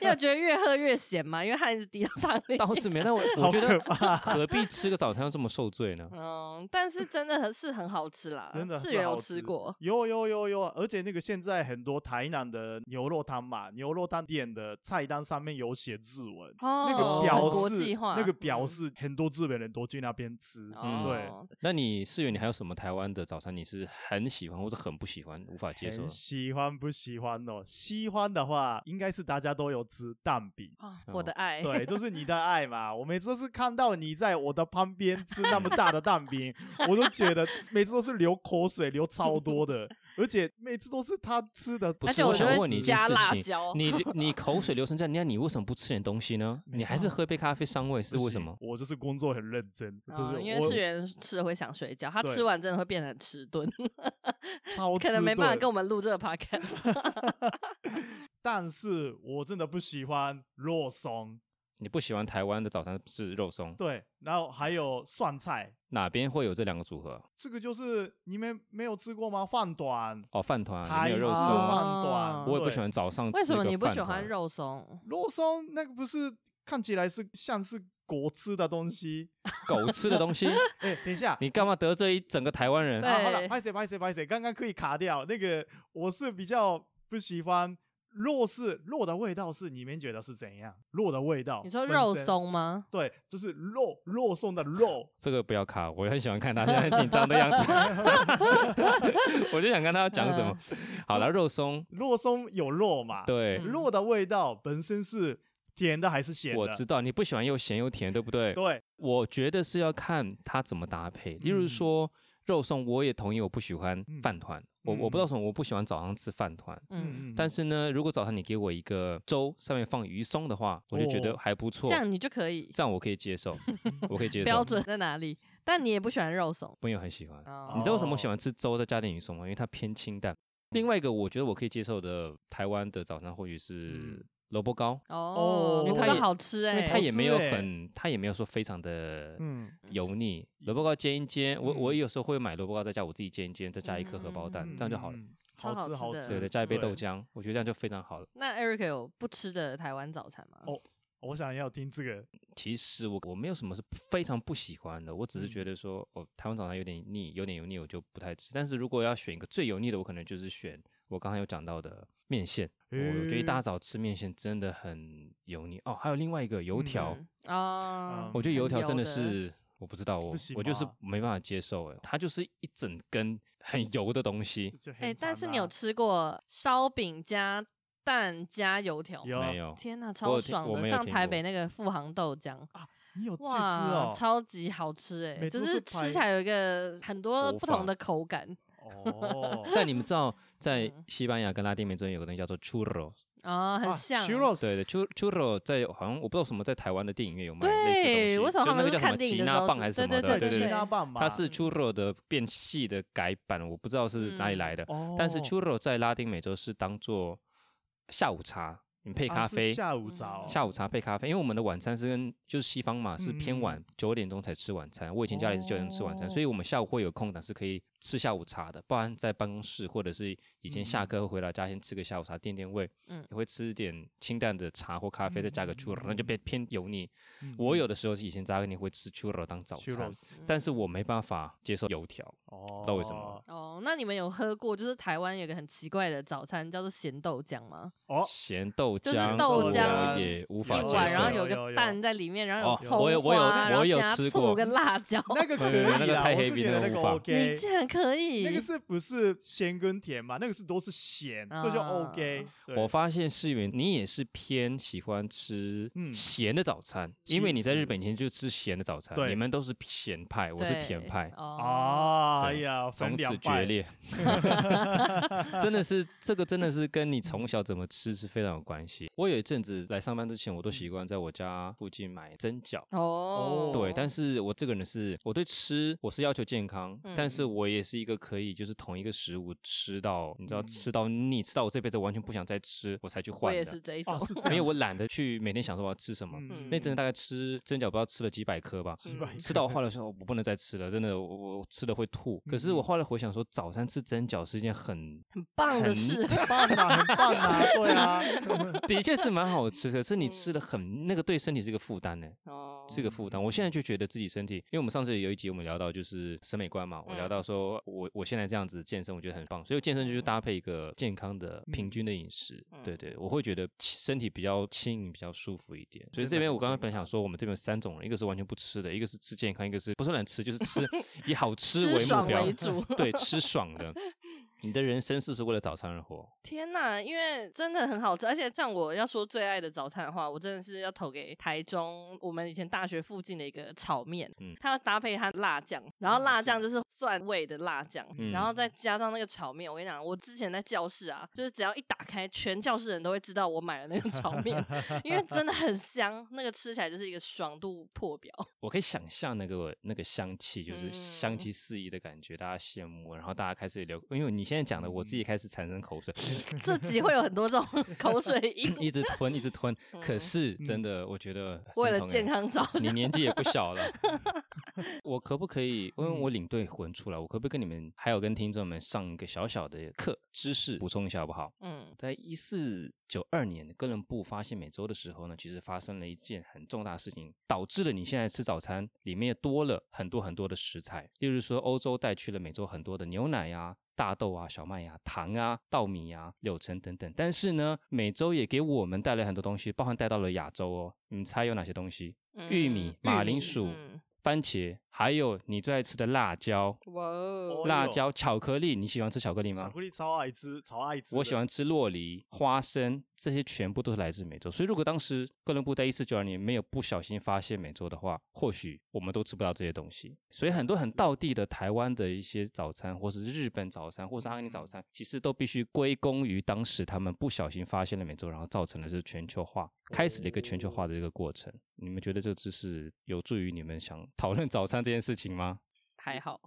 S3: 因为我觉得越喝越咸嘛，因为汗一直滴到汤里。
S1: 倒是没。但我我
S2: 好
S1: 觉
S2: 可
S1: 得
S2: 怕
S1: 何必吃个早餐要这么受罪呢？
S3: 嗯，但是真的很是很好吃啦，
S2: 真的
S3: 是
S2: 是
S3: 也
S2: 好
S3: 有吃过，
S2: 有有有有，而且那个现在很多台南的牛肉汤嘛，牛肉汤店的菜单上面有写日文，
S3: 哦，
S2: 那个
S1: 哦
S2: 表
S3: 很国
S2: 示
S3: 际化，
S2: 那个表
S3: 嗯
S2: 示很多日本人都去那边吃，
S1: 嗯
S2: 对。
S3: 哦
S1: 那你世源，你还有什么台湾的早餐你是很喜欢或者很不喜欢、无法接受
S2: 很
S1: 的？
S2: 喜欢不喜欢哦？喜欢的话，应该是大家都有吃蛋饼，
S3: 啊，
S1: 嗯
S3: 我的爱，
S2: 对，就是你的爱嘛。我每次都是看到你在我的旁边吃那么大的蛋饼，我都觉 得每次都是流口水，流超多的，而且每次都是他吃的，
S1: 不
S3: 而
S1: 是，
S3: 且
S1: 我
S3: 我就
S1: 想
S3: 会
S1: 问你一件
S3: 加
S1: 事
S3: 辣
S1: 情
S3: 椒，
S1: 你你口水流成这样，那你为什么不吃点东西呢？
S2: 没
S1: 你还是
S2: 办法
S1: 喝杯咖啡伤胃，是
S2: 不
S1: 为什
S2: 行
S1: 么？
S2: 我就是工作很认真，就
S3: 哦
S2: 是
S3: 因为
S2: 我
S3: 世源吃了会想睡觉，他
S2: 对
S3: 吃完真的会变得很 迟钝，
S2: 超
S3: 可能没
S2: 吃
S3: 办法
S2: 顿
S3: 跟我们录这个 podcast。
S2: 但是我真的不喜欢肉松，
S1: 你不喜欢台湾的早餐是肉松，
S2: 对，然后还有蒜菜，
S1: 哪边会有这两个组合？
S2: 这个就是你们没有吃过吗？饭团，
S1: 哦，饭团
S2: 台
S1: 没有
S2: 式
S1: 肉
S3: 哦
S1: 松，啊
S2: 饭团，
S1: 我也不
S2: 对
S1: 喜欢早上吃
S3: 为什么
S1: 个
S3: 你不
S1: 饭
S3: 喜欢
S1: 团？
S3: 肉松？
S2: 肉松，那个不是看起来是像是狗吃的东西？
S1: 狗吃的东 西，
S2: 哎、等一下，
S1: 你干嘛得罪一整个台湾人？
S3: 对
S2: 啊，好了，拍谁拍谁拍谁，刚刚可以卡掉那个，我是比较不喜欢。肉是肉的味道是你们觉得是怎样？肉的味道，
S3: 你说
S1: 哦
S2: 本
S3: 肉
S2: 身？
S3: 松吗？
S2: 对，就是肉肉松的肉，
S1: 这个不要卡，我很喜欢看他现在很紧张的样 子， 我就想看他要讲什么。好了，肉松，
S2: 肉松有肉嘛？，
S1: 对，
S3: 嗯
S2: 肉的味道本身是甜的还是咸的？
S1: 我知道你不喜欢又咸又甜，对不对？
S2: 对，
S1: 我觉得是要看它怎么搭配。例如
S2: 嗯
S1: 说肉松，我也同意我不喜欢
S2: 嗯
S1: 饭团，我我不知道为什么我不喜欢早上吃饭团。
S3: 嗯，
S1: 但是呢，如果早上你给我一个粥，上面放鱼松的话，我就觉得
S2: 哦
S1: 还不错，
S3: 这样你就可以
S1: 这样我可以接 受，我可以接受。
S3: 标准在哪里？但你也不喜欢肉松，
S1: 朋友很喜欢。
S3: 哦
S1: 嗯你知道为什么我喜
S2: 哦嗯
S1: 欢吃粥再加点鱼松吗？因为它偏清淡。另外一个我觉得我可以接受的台湾的早餐或许是
S2: 嗯
S1: 萝卜糕，
S3: 哦，
S2: 因为
S3: 萝卜
S2: 它
S3: 糕
S1: 也
S3: 好吃
S1: 因为
S3: 哎，
S1: 它也
S2: 好
S1: 没
S2: 吃
S1: 有
S2: 欸
S1: 很，它也没有说非常的
S2: 嗯，
S1: 油腻。萝卜糕煎一煎，我我
S2: 嗯
S1: 有时候会买萝卜糕再加我自己煎一煎，再加一颗荷包啊蛋，这样就好了。
S2: 嗯，
S3: 超好
S2: 好
S3: 吃
S2: 好
S3: 的
S2: 吃，
S1: 对，再加一杯豆。浆，我觉得这样就非常好了。
S3: 那 Eric 有不吃的台湾早餐吗？
S2: 哦我想要听这个，
S1: 其实我我没有什么是非常不喜欢的，我只是觉
S2: 嗯
S1: 得说，哦，台湾早餐有点腻，有点油腻，我就不太吃。但是如果要选一个最油腻的，我可能就是选我刚才有讲到的面线。我我觉得一大
S3: 嗯
S2: 诶
S1: 早吃面线真的很油腻哦。还有另外一个油
S2: 嗯
S1: 条，
S3: 嗯啊
S2: 嗯，
S1: 我觉得油
S3: 很
S1: 条真的
S3: 的
S1: 是，我不知道我
S2: 不行
S1: 我就是
S2: 吗
S1: 没办法接受哎，它就是一整根很油的东西
S2: 这，就很
S3: 哎，
S2: 惨
S3: 但是
S2: 啊
S3: 你有吃过烧饼加蛋加油条吗？
S2: 有
S1: 没有。
S3: 哦天
S1: 哦
S3: 呐，
S1: 我
S3: 超
S1: 有听
S3: 爽
S1: 我
S3: 的！
S1: 没有
S3: 上
S1: 听
S3: 台
S1: 过
S3: 北那个富航豆浆，
S2: 你有去吃
S3: 哇，
S2: 哦？
S3: 超级好吃哎、
S2: 每
S3: 就
S2: 次都
S3: 是
S2: 是
S3: 吃
S2: 排
S3: 起来有一个很多
S1: 头
S3: 不
S1: 发，
S3: 同的口感
S2: 哦
S1: 但你们知道，在
S3: 嗯
S1: 西班牙跟拉丁美洲有个东西叫做 churro，
S3: 啊、很
S2: 啊
S3: 像。
S2: churros
S1: 对的，churro churro 在好像我不知道什么在台湾的电影院有卖类似的东西，
S3: 对，为什么
S1: 就
S3: 他
S1: 那个
S3: 们是
S1: 叫什
S3: 看
S1: 么
S3: 电影
S1: 吉
S3: 的时
S1: 纳
S3: 候
S1: 棒
S3: 吃，
S1: 还是什
S3: 对
S1: 么
S3: 对
S1: 的？对
S2: 吉
S1: 对，
S2: 拿棒嘛，
S1: 它是 churro 的变细的改版，我不知道是哪里
S3: 嗯
S1: 来的。
S2: 哦，
S1: 但是 churro 在拉丁美洲是当做下午茶，你配
S2: 啊
S1: 咖
S2: 是
S1: 啡，
S2: 下午茶哦，
S1: 下午茶配咖啡，因为我们的晚餐是跟就是西方嘛，是偏
S2: 嗯嗯哦
S1: 晚九点钟才吃晚餐。我以前家里是九点钟吃晚餐，所以我们下午会有空档是可以吃下午茶的。不然在办公室或者是以前下
S2: 嗯
S1: 课会回到家先吃个下午茶垫垫胃，
S3: 嗯
S1: 也会吃点清淡的茶或咖啡，再加个
S2: 嗯嗯
S1: churro，
S2: 嗯
S1: 那就变偏油腻。
S2: 嗯
S1: 我有的时候是以前在阿根廷会吃 churro 当早餐，
S2: churros 嗯
S1: 但是我没办法接受油条。
S2: 哦，
S1: 知道为什么
S3: 哦，那你们有喝过就是台湾有个很奇怪的早餐叫做咸豆浆吗？
S2: 哦，
S1: 咸豆
S3: 就是
S1: 浆，
S3: 豆
S1: 我
S3: 浆
S1: 也无
S3: 一
S1: 法接受。
S3: 啊碗，然后
S2: 有
S3: 一
S2: 有
S3: 个
S2: 有
S3: 蛋在里面，然后
S1: 哦
S3: 葱
S1: 我有我有
S3: 花，然
S1: 我
S3: 后
S1: 有
S3: 加
S1: 吃
S3: 醋
S1: 过
S3: 跟辣椒。
S2: 那个可
S1: 没有
S2: 以
S1: 没有
S2: 啊，
S1: 那个太
S2: 我是
S1: heavy，
S2: 觉
S1: 那
S2: 得
S1: 个
S2: 那个
S1: 无法
S2: OK，
S3: 你竟然可以？
S2: 那个 是不是咸跟甜嘛？那个是都是咸，所以就
S3: 啊
S2: OK 对。
S1: 我发现世源，你也是偏喜欢吃
S2: 嗯
S1: 咸的早餐，因为你在
S2: 其
S1: 日
S2: 实
S1: 本以前就吃咸的早餐，
S2: 对
S1: 你们都是咸派，我是甜
S3: 对
S1: 派，
S3: 哦。
S2: 啊，哎
S1: 对
S2: 呀，
S1: 从
S2: 分
S1: 此
S2: 两
S1: 决
S2: 半，
S1: 裂。真的是这个，真的是跟你从小怎么吃是非常有关系。我有一阵子来上班之前，我都习惯在我家附近买蒸饺。
S3: 哦，
S1: 对，但
S3: 是
S1: 是我这个人是，我对吃我是要求健康，但是
S3: 嗯
S1: 我也是一个可以就是同一个食物吃到，你知道
S2: 嗯
S1: 吃到腻，吃到我这辈子完全不想再吃，我才去
S3: 我
S1: 换的。
S3: 也是这一种
S2: 哦，，是这样
S1: 因为我
S2: 子
S1: 懒得去每天想说我要吃什么。
S2: 嗯
S1: 那阵子大概吃蒸饺，不知道吃了几百颗吧。
S2: 几百
S3: 嗯
S1: 吃到 我
S2: 个
S1: 后来说，我不能再吃了，真的，我我我吃了会吐。可是我
S2: 嗯
S1: 后来回想说，早餐吃蒸饺是一件很
S3: 很棒的
S1: 很
S3: 事，
S2: 棒啊，很棒啊，对啊，
S1: 的确是蛮好吃的，可是你吃
S3: 嗯
S1: 的很那个对身体是一个负担呢。
S3: 哦，
S1: 是个负担。我现在就觉得自己身体，因为我们上次有一集我们聊到就是审美观嘛，我聊
S3: 嗯
S1: 到说我我现在这样子健身，我觉得很棒，所以健身就是搭配一个健康的、平均的饮食。对
S3: 嗯
S1: 对，我会觉得身体比较轻盈，比较舒服一点。所以
S2: 真
S1: 这
S2: 的
S1: 边
S2: 很
S1: 我刚刚
S2: 健
S1: 本想说，我们这边有三种人，一个是完全不吃的，一个是吃健康，一个是不是懒吃，就是 吃以好吃
S3: 吃
S1: 为目
S3: 爽
S1: 标，
S3: 为主
S1: 对，吃爽 的。你的人生是不是为了早餐而活？
S3: 天呐，因为真的很好吃，而且像我要说最爱的早餐的话，我真的是要投给台中我们以前大学附近的一个炒面，
S1: 嗯
S3: 它要搭配它辣酱，然后辣酱就是蒜味的辣酱，
S1: 嗯
S3: 然后再加上那个炒面。我跟你讲，我之前在教室啊，就是只要一打开，全教室人都会知道我买了那个炒面，因为真的很香，那个吃起来就是一个爽度破表。
S1: 我可以想象那个那个香气，就是香
S3: 嗯
S1: 气四溢的感觉，大家羡慕，然后大家开始流，因为你现在讲的，我自
S3: 嗯
S1: 己开始产生口水，
S3: 这集会有很多这种口水
S1: 一
S3: 音，
S1: 直吞，一直吞。 可
S3: 嗯
S1: 是真的，我觉得
S3: 为
S1: 真
S3: 了
S1: 疼
S3: 健
S1: 欸，
S3: 康着
S1: 你
S3: 想。
S1: 年纪也不小 了。我可不可以，因为
S3: 嗯
S1: 我领队魂出来，我可不可以跟你们还有跟听众们上一个小小的课知识补充一下，好不好？
S3: 嗯，
S1: 在一四九二年哥伦布发现美洲的时候呢，其实发生了一件很重大的事情，导致了你现在吃早餐里面多了很多很多的食材，例如说欧洲带去了美洲很多的牛奶呀、大豆啊、小麦呀、糖啊、稻米呀、柳橙等等。但是呢，美洲也给我们带来很多东西，包含带到了亚洲哦。你们猜有哪些东西？玉米
S3: 嗯
S1: 马铃薯
S3: 嗯
S1: 番茄，还有你最爱吃的辣椒、
S3: 哇哦
S2: 哎
S1: 辣
S2: 呦
S1: 椒、巧克力。你喜欢吃巧克力
S2: 巧
S1: 吗？
S2: 克力超爱吃，超爱吃的。
S1: 我喜欢吃洛梨、花生，这些全部都是来自美洲。所以，如果当时哥伦布在一四九二年没有不小心发现美洲的话，或许我们都吃不到这些东西。所以，很多很道地的台湾的一些早餐，或是日本早餐，或是阿根廷早餐，其实都必须归功于当时他们不小心发现了美洲，然后造成的是全球化，开始了一个全球化的这个过程。你们觉得这个知识有助于你们想讨论早餐这件事情吗？
S3: 还好，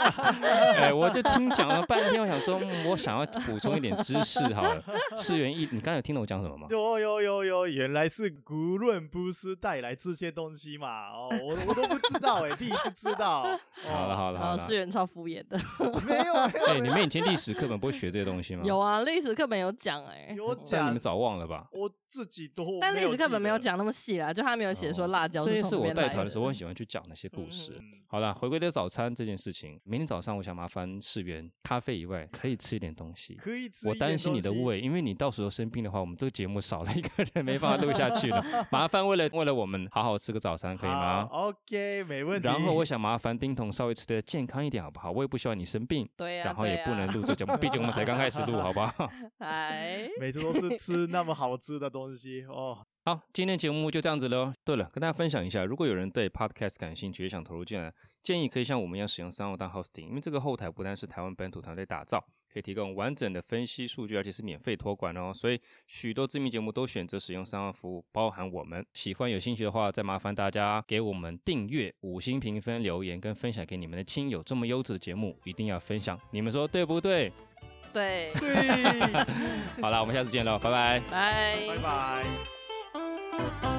S1: 哎，我就听讲了半天，我想说，嗯我想要补充一点知识好了。世元一，你刚才有听懂我讲什么 吗？
S2: 有有有有，原来是古伦布斯带来这些东西嘛！哦，我我都不知道哎、第一次知道。
S1: 好了
S2: 哦，
S1: 好了
S3: 然
S1: 好了
S3: 后呃世，元超敷衍的。
S2: 没有没有
S1: 哎，你们以前历史课本不会学这些东西吗？
S3: 有，啊，历史课本有讲哎、
S2: 有
S1: 但你
S2: 讲
S1: 们，早忘了吧？
S2: 我自己都。
S3: 但历史课本没有。讲那么细啦，就他没有写
S1: 哦
S3: 说辣椒
S1: 这些
S3: 从
S1: 是
S3: 哪
S1: 我
S3: 边
S1: 带
S3: 来
S1: 团的时候，我很
S3: 的
S1: 喜欢去讲那些故事。
S2: 嗯
S1: 好啦，回归到早餐这件事情，明天早上我想麻烦世元，咖啡以外可以吃一点东西。
S2: 可以吃。
S1: 我担心你的。胃，因为你到时候生病的话，我们这个节目少了一个人，没办法录下去 了。麻烦为了为了我们好好吃个早餐，可以吗？
S2: 好？OK，没问题。
S1: 然后我想麻烦丁彤稍微吃的健康一点，好不好？我也不希望你生病，
S3: 对呀、
S1: 然后也不能
S3: 对
S1: 录这节目，毕竟我们才刚开始录，好不好？
S3: 啊哎，
S2: 每次都是吃那么好吃的东西哦。
S1: 好，今天节目就这样子喽。对了，跟大家分享一下，如果有人对 podcast 感兴趣，也想投入进来，建议可以像我们一样使用三号当 hosting，因为这个后台不但是台湾本土团队打造，可以提供完整的分析数据，而且是免费托管哦。所以许多知名节目都选择使用三号服务，包含我们。喜欢有兴趣的话，再麻烦大家给我们订阅、五星评分、留言跟分享给你们的亲友。这么优质的节目，一定要分享，你们说对不对？
S3: 对， 哎
S2: 对，
S1: 好啦，我们下次见喽，拜拜。
S3: 拜
S2: 拜拜。